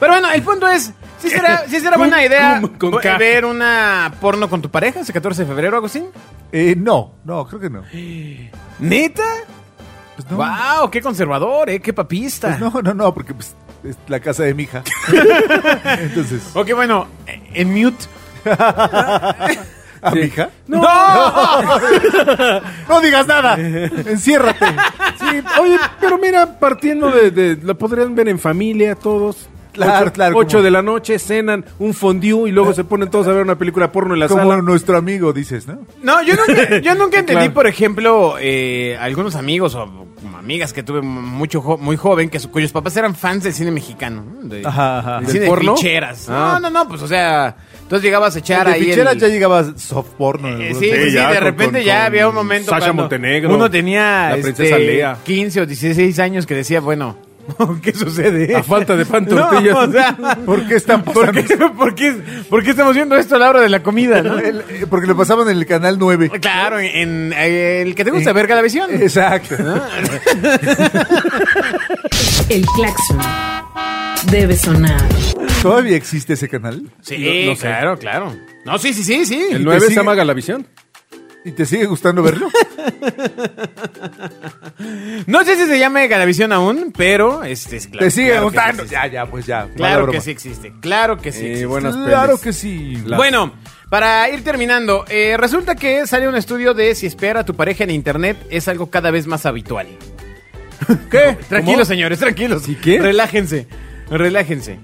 Speaker 2: Pero bueno, el punto es, si será, sí será buena
Speaker 4: Con-
Speaker 2: idea
Speaker 4: con- con
Speaker 2: bu-
Speaker 4: K.
Speaker 2: ver una porno con tu pareja ese 14 de febrero, Agustín.
Speaker 3: Eh, no, no, creo que no.
Speaker 2: ¿Neta?
Speaker 3: Pues no.
Speaker 2: ¡Wow! ¡Qué conservador, eh! ¡Qué papista!
Speaker 3: Pues no, no, no, porque pues, es la casa de mi hija. Entonces,
Speaker 2: Ok, bueno, eh, en mute.
Speaker 3: ¿a mi hija?
Speaker 2: ¡No!
Speaker 3: No digas nada. Enciérrate.
Speaker 4: Sí, oye, pero mira, partiendo de, de- La podrían ver en familia todos.
Speaker 3: Claro,
Speaker 4: ocho,
Speaker 3: claro,
Speaker 4: Ocho
Speaker 3: como- Ah.
Speaker 4: de la noche, cenan un fondue y luego se ponen todos a ver una película porno en la
Speaker 3: Como
Speaker 4: sala.
Speaker 3: nuestro amigo, dices, ¿no?
Speaker 2: No, yo nunca, yo nunca entendí,
Speaker 4: Claro.
Speaker 2: por ejemplo, eh, algunos amigos o amigas que tuve mucho jo- muy joven, que su- cuyos papás eran fans del cine mexicano. ¿no? De,
Speaker 3: Ajá, ajá.
Speaker 2: del
Speaker 4: ¿Del
Speaker 2: cine
Speaker 4: porno?
Speaker 2: de ficheras.
Speaker 4: Ah.
Speaker 2: No, no, no, pues o sea, entonces llegabas a echar
Speaker 3: de
Speaker 2: ahí
Speaker 3: ficheras
Speaker 2: el-
Speaker 3: ya llegaba soft porno.
Speaker 2: Eh,
Speaker 3: algunos
Speaker 2: sí, sí,
Speaker 3: de-
Speaker 2: sí,
Speaker 4: ya,
Speaker 2: de
Speaker 4: con-
Speaker 2: repente
Speaker 4: con-
Speaker 2: ya
Speaker 4: con
Speaker 2: había un momento
Speaker 4: Sasha
Speaker 2: cuando
Speaker 4: Montenegro,
Speaker 2: uno tenía
Speaker 4: la princesa
Speaker 2: este,
Speaker 4: Lea.
Speaker 2: 15 o 16 años que decía, bueno, ¿qué sucede?
Speaker 4: A falta de pan,
Speaker 2: No,
Speaker 4: tortillas.
Speaker 2: o sea,
Speaker 3: ¿Por qué están
Speaker 2: ¿por
Speaker 3: pasando?
Speaker 2: qué, por qué- por qué estamos viendo esto a la hora de la comida? no?
Speaker 3: El- eh, porque lo pasaban en el canal 9.
Speaker 2: Claro, en, eh, el que te gusta ver cada visión.
Speaker 3: Exacto.
Speaker 2: Ah.
Speaker 1: El claxon debe sonar.
Speaker 3: ¿Todavía existe ese canal?
Speaker 2: Sí,
Speaker 4: No- no sé.
Speaker 2: claro, claro. No, sí, sí, sí, sí.
Speaker 4: El
Speaker 3: te
Speaker 4: 9 se
Speaker 3: sigue-
Speaker 4: llama Galavisión.
Speaker 3: ¿Y te sigue gustando verlo?
Speaker 2: No sé si se llame Galavisión aún, pero este es claro.
Speaker 3: te sigue
Speaker 2: claro que sí
Speaker 3: gustando.
Speaker 2: existe.
Speaker 3: ya, ya, pues ya. mala
Speaker 2: Claro
Speaker 3: broma.
Speaker 2: que sí existe. Claro que sí.
Speaker 4: Eh,
Speaker 2: existe.
Speaker 4: buenas
Speaker 3: Claro
Speaker 4: pelis.
Speaker 3: que sí.
Speaker 4: La-
Speaker 2: Bueno, para ir terminando, eh, resulta que sale un estudio de si esperar a tu pareja en internet es algo cada vez más habitual.
Speaker 4: ¿Qué?
Speaker 2: Eh, Tranquilos, señores, tranquilos.
Speaker 4: ¿Y qué?
Speaker 2: Relájense, relájense.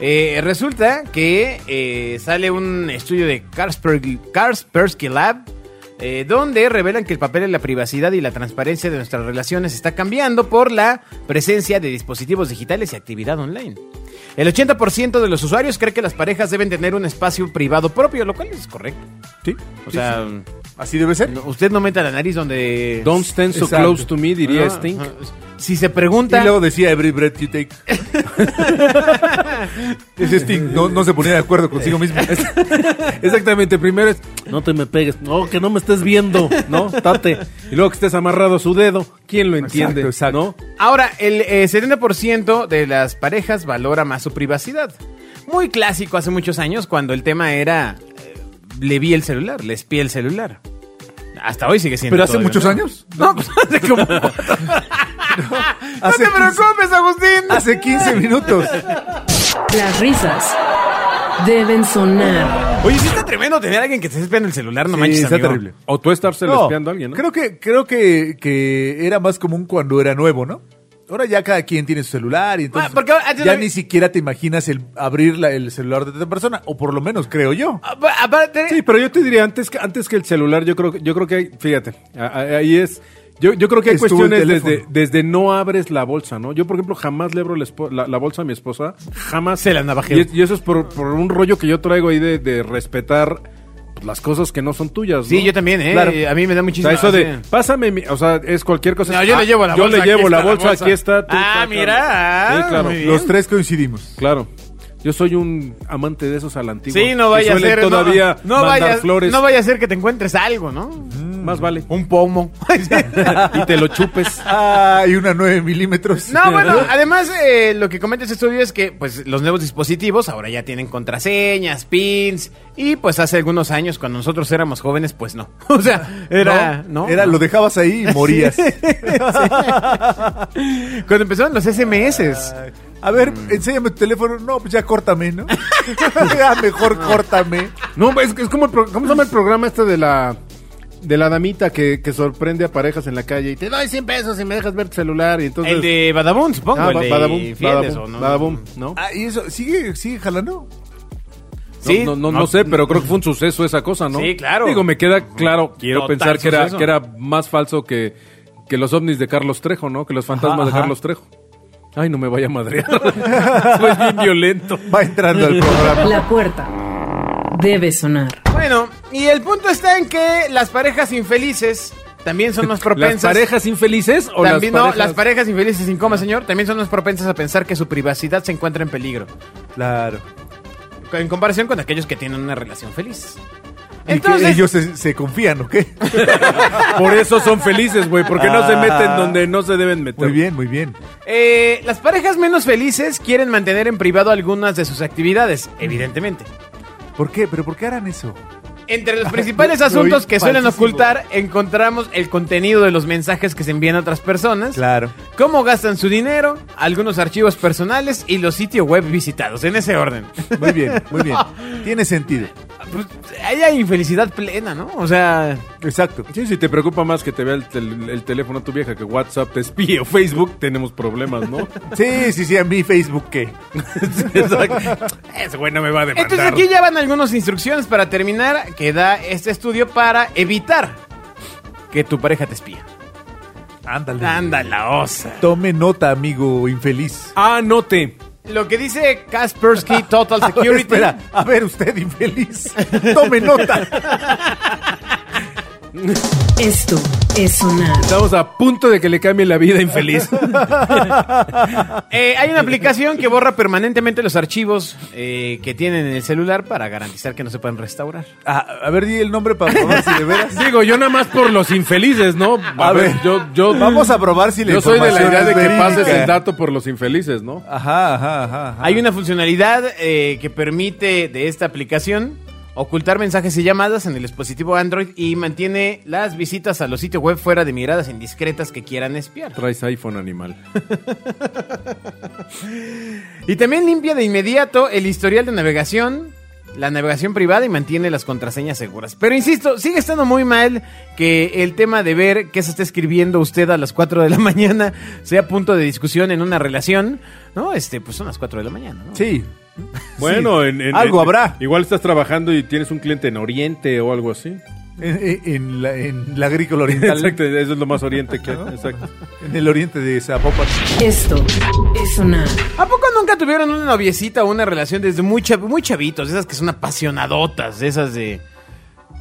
Speaker 2: Eh, resulta que eh, sale un estudio de Kaspersky, Kaspersky Lab eh, donde revelan que el papel de la privacidad y la transparencia de nuestras relaciones está cambiando por la presencia de dispositivos digitales y actividad online. El 80% de los usuarios cree que las parejas deben tener un espacio privado propio, lo cual es correcto.
Speaker 4: Sí.
Speaker 2: O sea,
Speaker 3: Así debe ser.
Speaker 2: no- usted no meta la nariz donde...
Speaker 4: Don't stand so
Speaker 3: Exacto.
Speaker 4: close to me, diría
Speaker 2: Ah,
Speaker 4: Sting.
Speaker 2: ah, Si se
Speaker 3: Y
Speaker 2: pregunta...
Speaker 3: luego decía Every Breath You Take. Ese Sting no, no se ponía de acuerdo consigo mismo.
Speaker 4: Exactamente, primero es, no te me pegues, no, que no me estés viendo, ¿no? Tate. Y luego que estés amarrado a su dedo, ¿quién lo entiende?
Speaker 3: Exacto, exacto.
Speaker 4: ¿No?
Speaker 2: Ahora, el eh, 70% de las parejas valora más su privacidad. Muy clásico hace muchos años cuando el tema era eh, le vi el celular, les pí el celular. Hasta hoy sigue siendo.
Speaker 3: Pero hace
Speaker 2: todavía,
Speaker 3: muchos
Speaker 2: ¿no?
Speaker 3: años.
Speaker 2: No, pues hace como. no
Speaker 3: Hace
Speaker 2: te preocupes, Agustín.
Speaker 3: Hace 15 minutos.
Speaker 1: Las risas deben sonar.
Speaker 2: Oye, sí está tremendo tener a alguien que te esté espiando el celular, no
Speaker 3: Ah. Sí,
Speaker 2: manches.
Speaker 3: está
Speaker 2: amigo.
Speaker 3: terrible.
Speaker 4: Eh, O tú estarse
Speaker 3: No,
Speaker 4: lespeando a alguien, ¿no?
Speaker 3: Creo que, creo que, que era más común cuando era nuevo, ¿no? Ahora ya cada quien tiene su celular y entonces
Speaker 2: Ah, porque ahora- antes
Speaker 3: ya
Speaker 2: no-
Speaker 3: ni siquiera te imaginas el abrir la- el celular de otra persona, o por lo menos creo yo.
Speaker 2: Ah, pa- Aparte,
Speaker 4: Sí, pero yo te diría, antes que, antes que el celular, yo creo, que- yo creo que hay, fíjate, a- a- ahí es, yo, yo creo que hay
Speaker 3: Estuvo el
Speaker 4: cuestiones
Speaker 3: teléfono.
Speaker 4: desde, desde no abres la bolsa, ¿no? Yo, por ejemplo, jamás le abro la, espo- la- la bolsa a mi esposa, jamás.
Speaker 2: Se la navajeo.
Speaker 4: Y, es- y eso es por, por un rollo que yo traigo ahí de, de respetar pues, las cosas que no son tuyas,
Speaker 2: Sí,
Speaker 4: ¿no?
Speaker 2: yo también, ¿eh?
Speaker 4: Claro.
Speaker 2: A mí me da
Speaker 4: O
Speaker 2: muchísimo.
Speaker 4: sea, eso de,
Speaker 2: sí.
Speaker 4: pásame, mi- o sea, es cualquier cosa.
Speaker 2: No, yo
Speaker 4: Ah,
Speaker 2: le llevo la bolsa.
Speaker 4: Yo le llevo
Speaker 2: aquí
Speaker 4: la
Speaker 2: está
Speaker 4: bolsa, aquí está. tú,
Speaker 2: ah,
Speaker 4: sácalo.
Speaker 2: mira. ah,
Speaker 4: Sí, claro.
Speaker 2: muy bien.
Speaker 3: Los tres coincidimos.
Speaker 4: Claro. Yo soy un amante de esos a la antigua.
Speaker 2: Sí, no
Speaker 4: que
Speaker 2: vaya a
Speaker 4: suelen
Speaker 2: ser. no-
Speaker 4: todavía
Speaker 2: no,
Speaker 4: mandar
Speaker 2: vaya,
Speaker 4: flores. Mm.
Speaker 2: no vaya a ser que te encuentres algo, ¿no?
Speaker 4: Más vale.
Speaker 2: Un pomo.
Speaker 4: y te lo chupes.
Speaker 3: Ah, y una 9 milímetros.
Speaker 2: no, bueno, además eh, lo que comenta este estudio es que pues los nuevos dispositivos ahora ya tienen contraseñas, pins y pues hace algunos años cuando nosotros éramos jóvenes pues no. O sea, era, ¿no?
Speaker 3: Era, lo dejabas ahí y morías.
Speaker 2: Cuando empezaron los SMS.
Speaker 3: A ver, enséñame tu teléfono. No, pues ya córtame, ¿no? ya mejor córtame.
Speaker 4: No, es, es como el pro- ¿cómo se llama el programa este de la de la damita que, que sorprende a parejas en la calle y te doy 100 pesos y me dejas ver tu celular y entonces
Speaker 2: el de Badabun, supongo,
Speaker 4: Ah,
Speaker 2: el
Speaker 4: ba-
Speaker 2: de
Speaker 4: badaboom,
Speaker 2: Fieles,
Speaker 4: badaboom,
Speaker 2: ¿o no?
Speaker 4: badaboom, ¿no?
Speaker 3: Ah, y eso, ¿sigue, sigue jalando?
Speaker 2: Sí,
Speaker 4: no, no, no sé, pero creo que fue un suceso esa cosa, ¿no?
Speaker 2: Sí, claro.
Speaker 4: Digo, me queda claro, quiero
Speaker 2: Total
Speaker 4: pensar que era,
Speaker 2: suceso.
Speaker 4: que era más falso que, que los ovnis de Carlos Trejo, ¿no? Que los fantasmas de
Speaker 3: ajá.
Speaker 4: Carlos Trejo. Ay, no me vaya a madrear. Soy bien violento.
Speaker 3: Va entrando al programa.
Speaker 1: La puerta debe sonar.
Speaker 2: Bueno, y el punto está en que las parejas infelices también son más propensas.
Speaker 4: ¿Las parejas infelices o
Speaker 2: También,
Speaker 4: las
Speaker 2: no,
Speaker 4: parejas?
Speaker 2: las parejas infelices sin coma, señor, también son más propensas a pensar que su privacidad se encuentra en peligro,
Speaker 3: Claro.
Speaker 2: en comparación con aquellos que tienen una relación feliz.
Speaker 3: Y
Speaker 2: Entonces,
Speaker 3: que ellos se, se confían, ¿ok?
Speaker 4: Por eso son felices, güey, porque no se
Speaker 3: Ah.
Speaker 4: meten donde no se deben meter.
Speaker 3: Muy bien, muy bien.
Speaker 2: eh, las parejas menos felices quieren mantener en privado algunas de sus actividades, evidentemente.
Speaker 3: ¿Por qué? ¿Pero por qué harán eso?
Speaker 2: Entre los principales
Speaker 3: Lo
Speaker 2: asuntos que suelen
Speaker 3: falsísimo.
Speaker 2: ocultar, encontramos el contenido de los mensajes que se envían a otras personas,
Speaker 3: Claro.
Speaker 2: cómo gastan su dinero, algunos archivos personales y los sitios web visitados, en ese orden.
Speaker 3: Muy bien, muy bien. Tiene sentido.
Speaker 2: Pues, ahí hay infelicidad plena, ¿no? O sea...
Speaker 3: Exacto.
Speaker 4: Sí, si te preocupa más que te vea el, tel- el teléfono a tu vieja que WhatsApp te espíe o Facebook, tenemos problemas, ¿no?
Speaker 3: Sí, sí, sí, a mi Facebook qué.
Speaker 4: Ese güey no me va a demandar.
Speaker 2: Entonces aquí ya van algunas instrucciones para terminar que da este estudio para evitar que tu pareja te espía.
Speaker 3: Ándale.
Speaker 2: Anda la osa.
Speaker 3: Tome nota, amigo infeliz.
Speaker 4: Anote.
Speaker 2: Lo que dice Kaspersky Total Security.
Speaker 3: A ver, Ah, espera, a ver usted infeliz. Tome nota.
Speaker 1: Esto es sonar.
Speaker 4: Estamos a punto de que le cambie la vida infeliz.
Speaker 2: Eh, hay una aplicación que borra permanentemente los archivos eh, que tienen en el celular para garantizar que no se pueden restaurar.
Speaker 3: Ah, a ver, di el nombre para probar si de veras.
Speaker 4: Digo, yo nada más por los infelices, ¿no? A,
Speaker 3: A
Speaker 4: ver,
Speaker 3: ver,
Speaker 4: yo, yo
Speaker 3: vamos a probar si la
Speaker 4: Yo soy de la
Speaker 3: información
Speaker 4: idea de
Speaker 3: es
Speaker 4: que
Speaker 3: verídica.
Speaker 4: pases el dato por los infelices, ¿no?
Speaker 3: Ajá, ajá, ajá. ajá.
Speaker 2: Ah. Hay una funcionalidad eh, que permite de esta aplicación ocultar mensajes y llamadas en el dispositivo Android y mantiene las visitas a los sitios web fuera de miradas indiscretas que quieran espiar.
Speaker 4: Traes iPhone animal.
Speaker 2: Y también limpia de inmediato el historial de navegación, la navegación privada y mantiene las contraseñas seguras. Pero insisto, sigue estando muy mal que el tema de ver qué se está escribiendo usted a las 4 de la mañana sea punto de discusión en una relación, ¿no? Este, pues son las 4 de la mañana, ¿no?
Speaker 3: Sí.
Speaker 4: Bueno,
Speaker 3: Sí.
Speaker 4: en, en-
Speaker 3: algo
Speaker 4: en-
Speaker 3: habrá.
Speaker 4: Igual estás trabajando y tienes un cliente en Oriente o algo así.
Speaker 3: En, en la, en la agrícola oriental.
Speaker 4: Exacto, eso es lo más oriente que
Speaker 3: ¿No?
Speaker 4: Exacto.
Speaker 3: En el oriente de Zapopan.
Speaker 1: Esto es sonar.
Speaker 2: ¿A poco nunca tuvieron una noviecita o una relación desde muy, chav- muy chavitos? Esas que son apasionadotas, de esas de...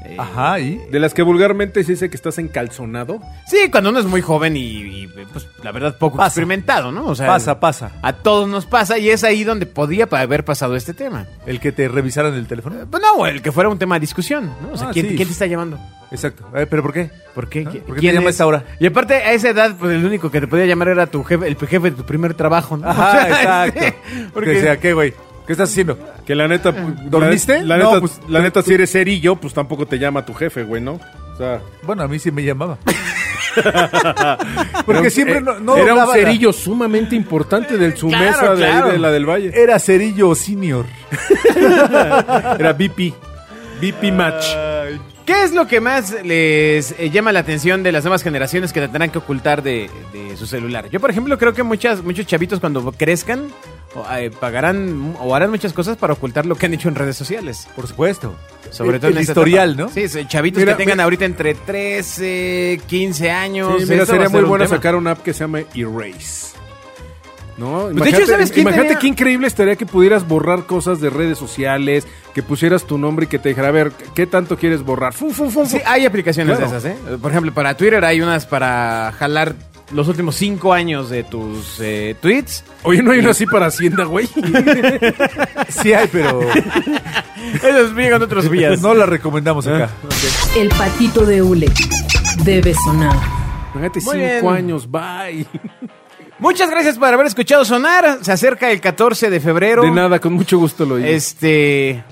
Speaker 2: eh,
Speaker 3: Ajá, y.
Speaker 4: De las que vulgarmente se dice que estás encalzonado.
Speaker 2: Sí, cuando uno es muy joven y, y, pues, la verdad, poco
Speaker 3: Pasa.
Speaker 2: experimentado, ¿no? O sea,
Speaker 3: Pasa, pasa.
Speaker 2: A todos nos pasa y es ahí donde podía pa- haber pasado este tema.
Speaker 3: El que te revisaran el teléfono.
Speaker 2: Pues no, el que fuera un tema de discusión, ¿no? O sea,
Speaker 3: Ah,
Speaker 2: ¿quién,
Speaker 3: sí.
Speaker 2: quién te está llamando?
Speaker 3: Exacto. Eh, ¿Pero por qué?
Speaker 2: ¿Por qué?
Speaker 3: ¿Ah?
Speaker 2: ¿Qui-
Speaker 3: ¿Por qué te
Speaker 2: quién
Speaker 3: llama a
Speaker 2: es?
Speaker 3: esa hora?
Speaker 2: Y aparte, a esa edad, pues el único que te podía llamar era tu jefe, el jefe de tu primer trabajo, ¿no? O
Speaker 3: Ajá,
Speaker 2: sea,
Speaker 3: exacto.
Speaker 2: este,
Speaker 3: Porque
Speaker 2: porque
Speaker 3: decía, ¿qué, güey? ¿Qué estás haciendo?
Speaker 4: Que la neta.
Speaker 3: Ah. ¿Dormiste?
Speaker 4: La, la
Speaker 3: No,
Speaker 4: neta,
Speaker 3: pues,
Speaker 4: la neta si eres cerillo, pues tampoco te llama tu jefe, güey, ¿no? O sea.
Speaker 3: Bueno, a mí sí me llamaba. Porque
Speaker 4: era un-
Speaker 3: siempre
Speaker 4: eh,
Speaker 3: no, no
Speaker 4: Era un
Speaker 3: doblaba la-
Speaker 4: cerillo sumamente importante del su
Speaker 2: Claro,
Speaker 4: mesa de, ahí,
Speaker 2: claro.
Speaker 4: de la del
Speaker 2: Eh,
Speaker 4: Valle.
Speaker 3: Era cerillo senior.
Speaker 4: Era BP. BP Match.
Speaker 2: ¿Qué es lo que más les eh, llama la atención de las nuevas generaciones que tendrán que ocultar de, de su celular? Yo, por ejemplo, creo que muchas, muchos chavitos cuando crezcan o, eh, pagarán o harán muchas cosas para ocultar lo que han hecho en redes sociales.
Speaker 3: Por supuesto.
Speaker 2: Sobre
Speaker 3: El-
Speaker 2: todo en
Speaker 3: Eh, el
Speaker 2: esta
Speaker 3: historial,
Speaker 2: etapa.
Speaker 3: ¿no?
Speaker 2: Sí, sí, chavitos
Speaker 4: Mira,
Speaker 2: que tengan
Speaker 4: mira.
Speaker 2: ahorita entre 13, 15 años.
Speaker 4: Sí, mira,
Speaker 2: esto va
Speaker 4: sería
Speaker 2: a ser
Speaker 4: muy
Speaker 2: un
Speaker 4: bueno
Speaker 2: tema.
Speaker 4: sacar una app que se llama Erase. ¿No?
Speaker 2: Pues, de hecho, ¿sabes quién
Speaker 4: imagínate
Speaker 2: tenía-
Speaker 4: qué increíble estaría que pudieras borrar cosas de redes sociales, que pusieras tu nombre y que te dijera, a ver, ¿qué tanto quieres borrar? Fum, fum, fum,
Speaker 2: Sí,
Speaker 4: fum.
Speaker 2: hay aplicaciones
Speaker 4: Claro.
Speaker 2: de esas, ¿eh? Por ejemplo, para Twitter hay unas para jalar los últimos 5 años de tus eh, tweets.
Speaker 4: Oye, no hay una así para Hacienda, güey.
Speaker 3: Sí hay, pero
Speaker 2: Esos llegan otros días.
Speaker 3: no la recomendamos acá.
Speaker 1: El patito de Ule debe sonar.
Speaker 4: Imagínate
Speaker 2: Muy
Speaker 4: cinco
Speaker 2: bien.
Speaker 4: años, bye.
Speaker 2: Muchas gracias por haber escuchado sonar. Se acerca el 14 de febrero.
Speaker 4: De nada, con mucho gusto lo hice.
Speaker 2: Este.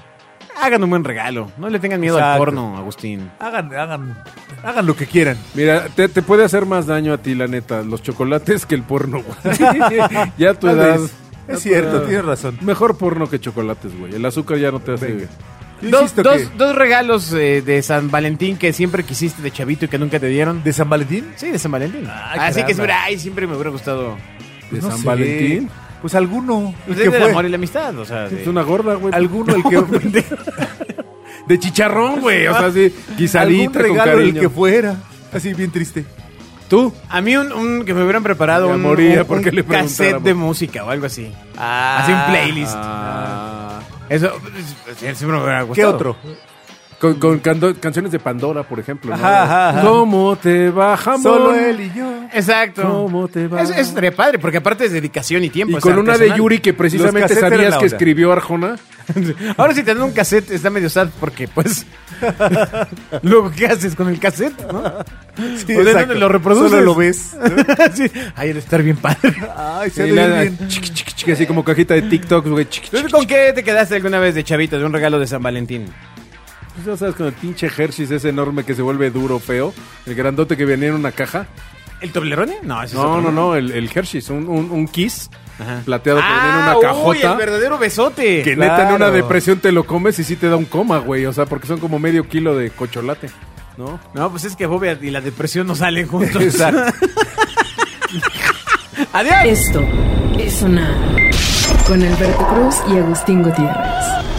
Speaker 2: Hagan un buen regalo. No le tengan miedo al
Speaker 3: Exacto.
Speaker 2: porno, Agustín.
Speaker 3: Hagan, hagan, hagan lo que quieran.
Speaker 4: Mira, te, te puede hacer más daño a ti, la neta, los chocolates que el porno, güey. ya a tu
Speaker 3: Tal
Speaker 4: edad.
Speaker 3: vez. Es
Speaker 4: ya tu
Speaker 3: cierto,
Speaker 4: edad.
Speaker 3: tienes razón.
Speaker 4: Mejor porno que chocolates, güey. El azúcar ya no te hace
Speaker 3: Venga.
Speaker 4: bien.
Speaker 3: Yo
Speaker 2: Dos,
Speaker 3: insisto
Speaker 2: dos-
Speaker 3: que
Speaker 2: dos regalos eh, de San Valentín que siempre quisiste de chavito y que nunca te dieron.
Speaker 3: de San Valentín,
Speaker 2: Sí, de San Valentín.
Speaker 3: Ay,
Speaker 2: Así
Speaker 3: caramba.
Speaker 2: que siempre, ay, siempre me hubiera gustado.
Speaker 4: ¿De
Speaker 3: pues no
Speaker 4: San
Speaker 3: sé.
Speaker 4: Valentín?
Speaker 3: pues alguno, el
Speaker 2: Pues es
Speaker 3: que
Speaker 2: del
Speaker 3: fue,
Speaker 2: amor y la amistad, o sea. de-
Speaker 4: Es una gorda, güey.
Speaker 3: alguno el que
Speaker 4: De chicharrón, güey. O
Speaker 2: Ah,
Speaker 4: sea, sí,
Speaker 3: algún
Speaker 4: guisadita con
Speaker 3: regalo el
Speaker 4: cariño.
Speaker 3: que fuera, así bien triste.
Speaker 4: ¿Tú?
Speaker 2: A mí un, un- que me hubieran preparado
Speaker 4: Me
Speaker 2: un,
Speaker 4: moría
Speaker 2: un-
Speaker 4: porque
Speaker 2: un
Speaker 4: le
Speaker 2: cassette
Speaker 4: preguntáramos.
Speaker 2: de música o algo así. así un playlist.
Speaker 4: Ah.
Speaker 2: Eso pues, siempre me hubiera
Speaker 3: ¿Qué
Speaker 2: gustado.
Speaker 3: otro?
Speaker 4: Con, con cando- canciones de Pandora, por ejemplo. ¿no?
Speaker 3: Ajá, ajá, ajá.
Speaker 4: ¿Cómo te va, jamón?
Speaker 3: Solo él y yo.
Speaker 2: Exacto.
Speaker 4: ¿Cómo te va?
Speaker 2: Eso, eso estaría padre, porque aparte es dedicación y tiempo.
Speaker 4: Y
Speaker 2: es
Speaker 4: con una de
Speaker 2: artesanal.
Speaker 4: Yuri que
Speaker 3: Los
Speaker 4: precisamente
Speaker 3: cassettes eran
Speaker 4: sabías
Speaker 3: la
Speaker 4: que
Speaker 3: onda.
Speaker 4: escribió Arjona.
Speaker 2: Ahora si te dan un cassette está medio sad porque pues... Luego, ¿qué haces con el cassette? no? O
Speaker 3: Sí,
Speaker 2: sea,
Speaker 3: exacto.
Speaker 2: pues, ¿dónde lo reproduces?
Speaker 3: Solo lo ves.
Speaker 2: Sí. Ay, ha de estar bien padre.
Speaker 3: Ay, se
Speaker 4: Y
Speaker 3: ve
Speaker 4: la-
Speaker 3: bien.
Speaker 4: chiqui, chiqui, chiqui, así como cajita de TikTok, güey. chiqui,
Speaker 2: ¿Tú
Speaker 4: chiqui.
Speaker 2: con qué te quedaste alguna vez de chavito, de un regalo de San Valentín?
Speaker 4: Pues ya sabes, con el pinche Hershey's ese enorme que se vuelve duro, feo. El grandote que venía en una caja.
Speaker 2: ¿El Toblerone? No, ese es
Speaker 4: No,
Speaker 2: otro.
Speaker 4: no, no, el, el Hershey's, un, un, un kiss
Speaker 2: Ajá.
Speaker 4: plateado que venía en
Speaker 2: Ah,
Speaker 4: una
Speaker 2: uy,
Speaker 4: cajota.
Speaker 2: el verdadero besote.
Speaker 4: que neta en una
Speaker 3: Claro.
Speaker 4: depresión te lo comes y sí te da un coma, güey. O sea, porque son como medio kilo de cocholate, ¿no?
Speaker 2: No, pues es que Bobia y la depresión no salen juntos.
Speaker 3: Exacto.
Speaker 2: ¡Adiós!
Speaker 1: Esto es sonar. Con Alberto Cruz y Agustín Gutiérrez.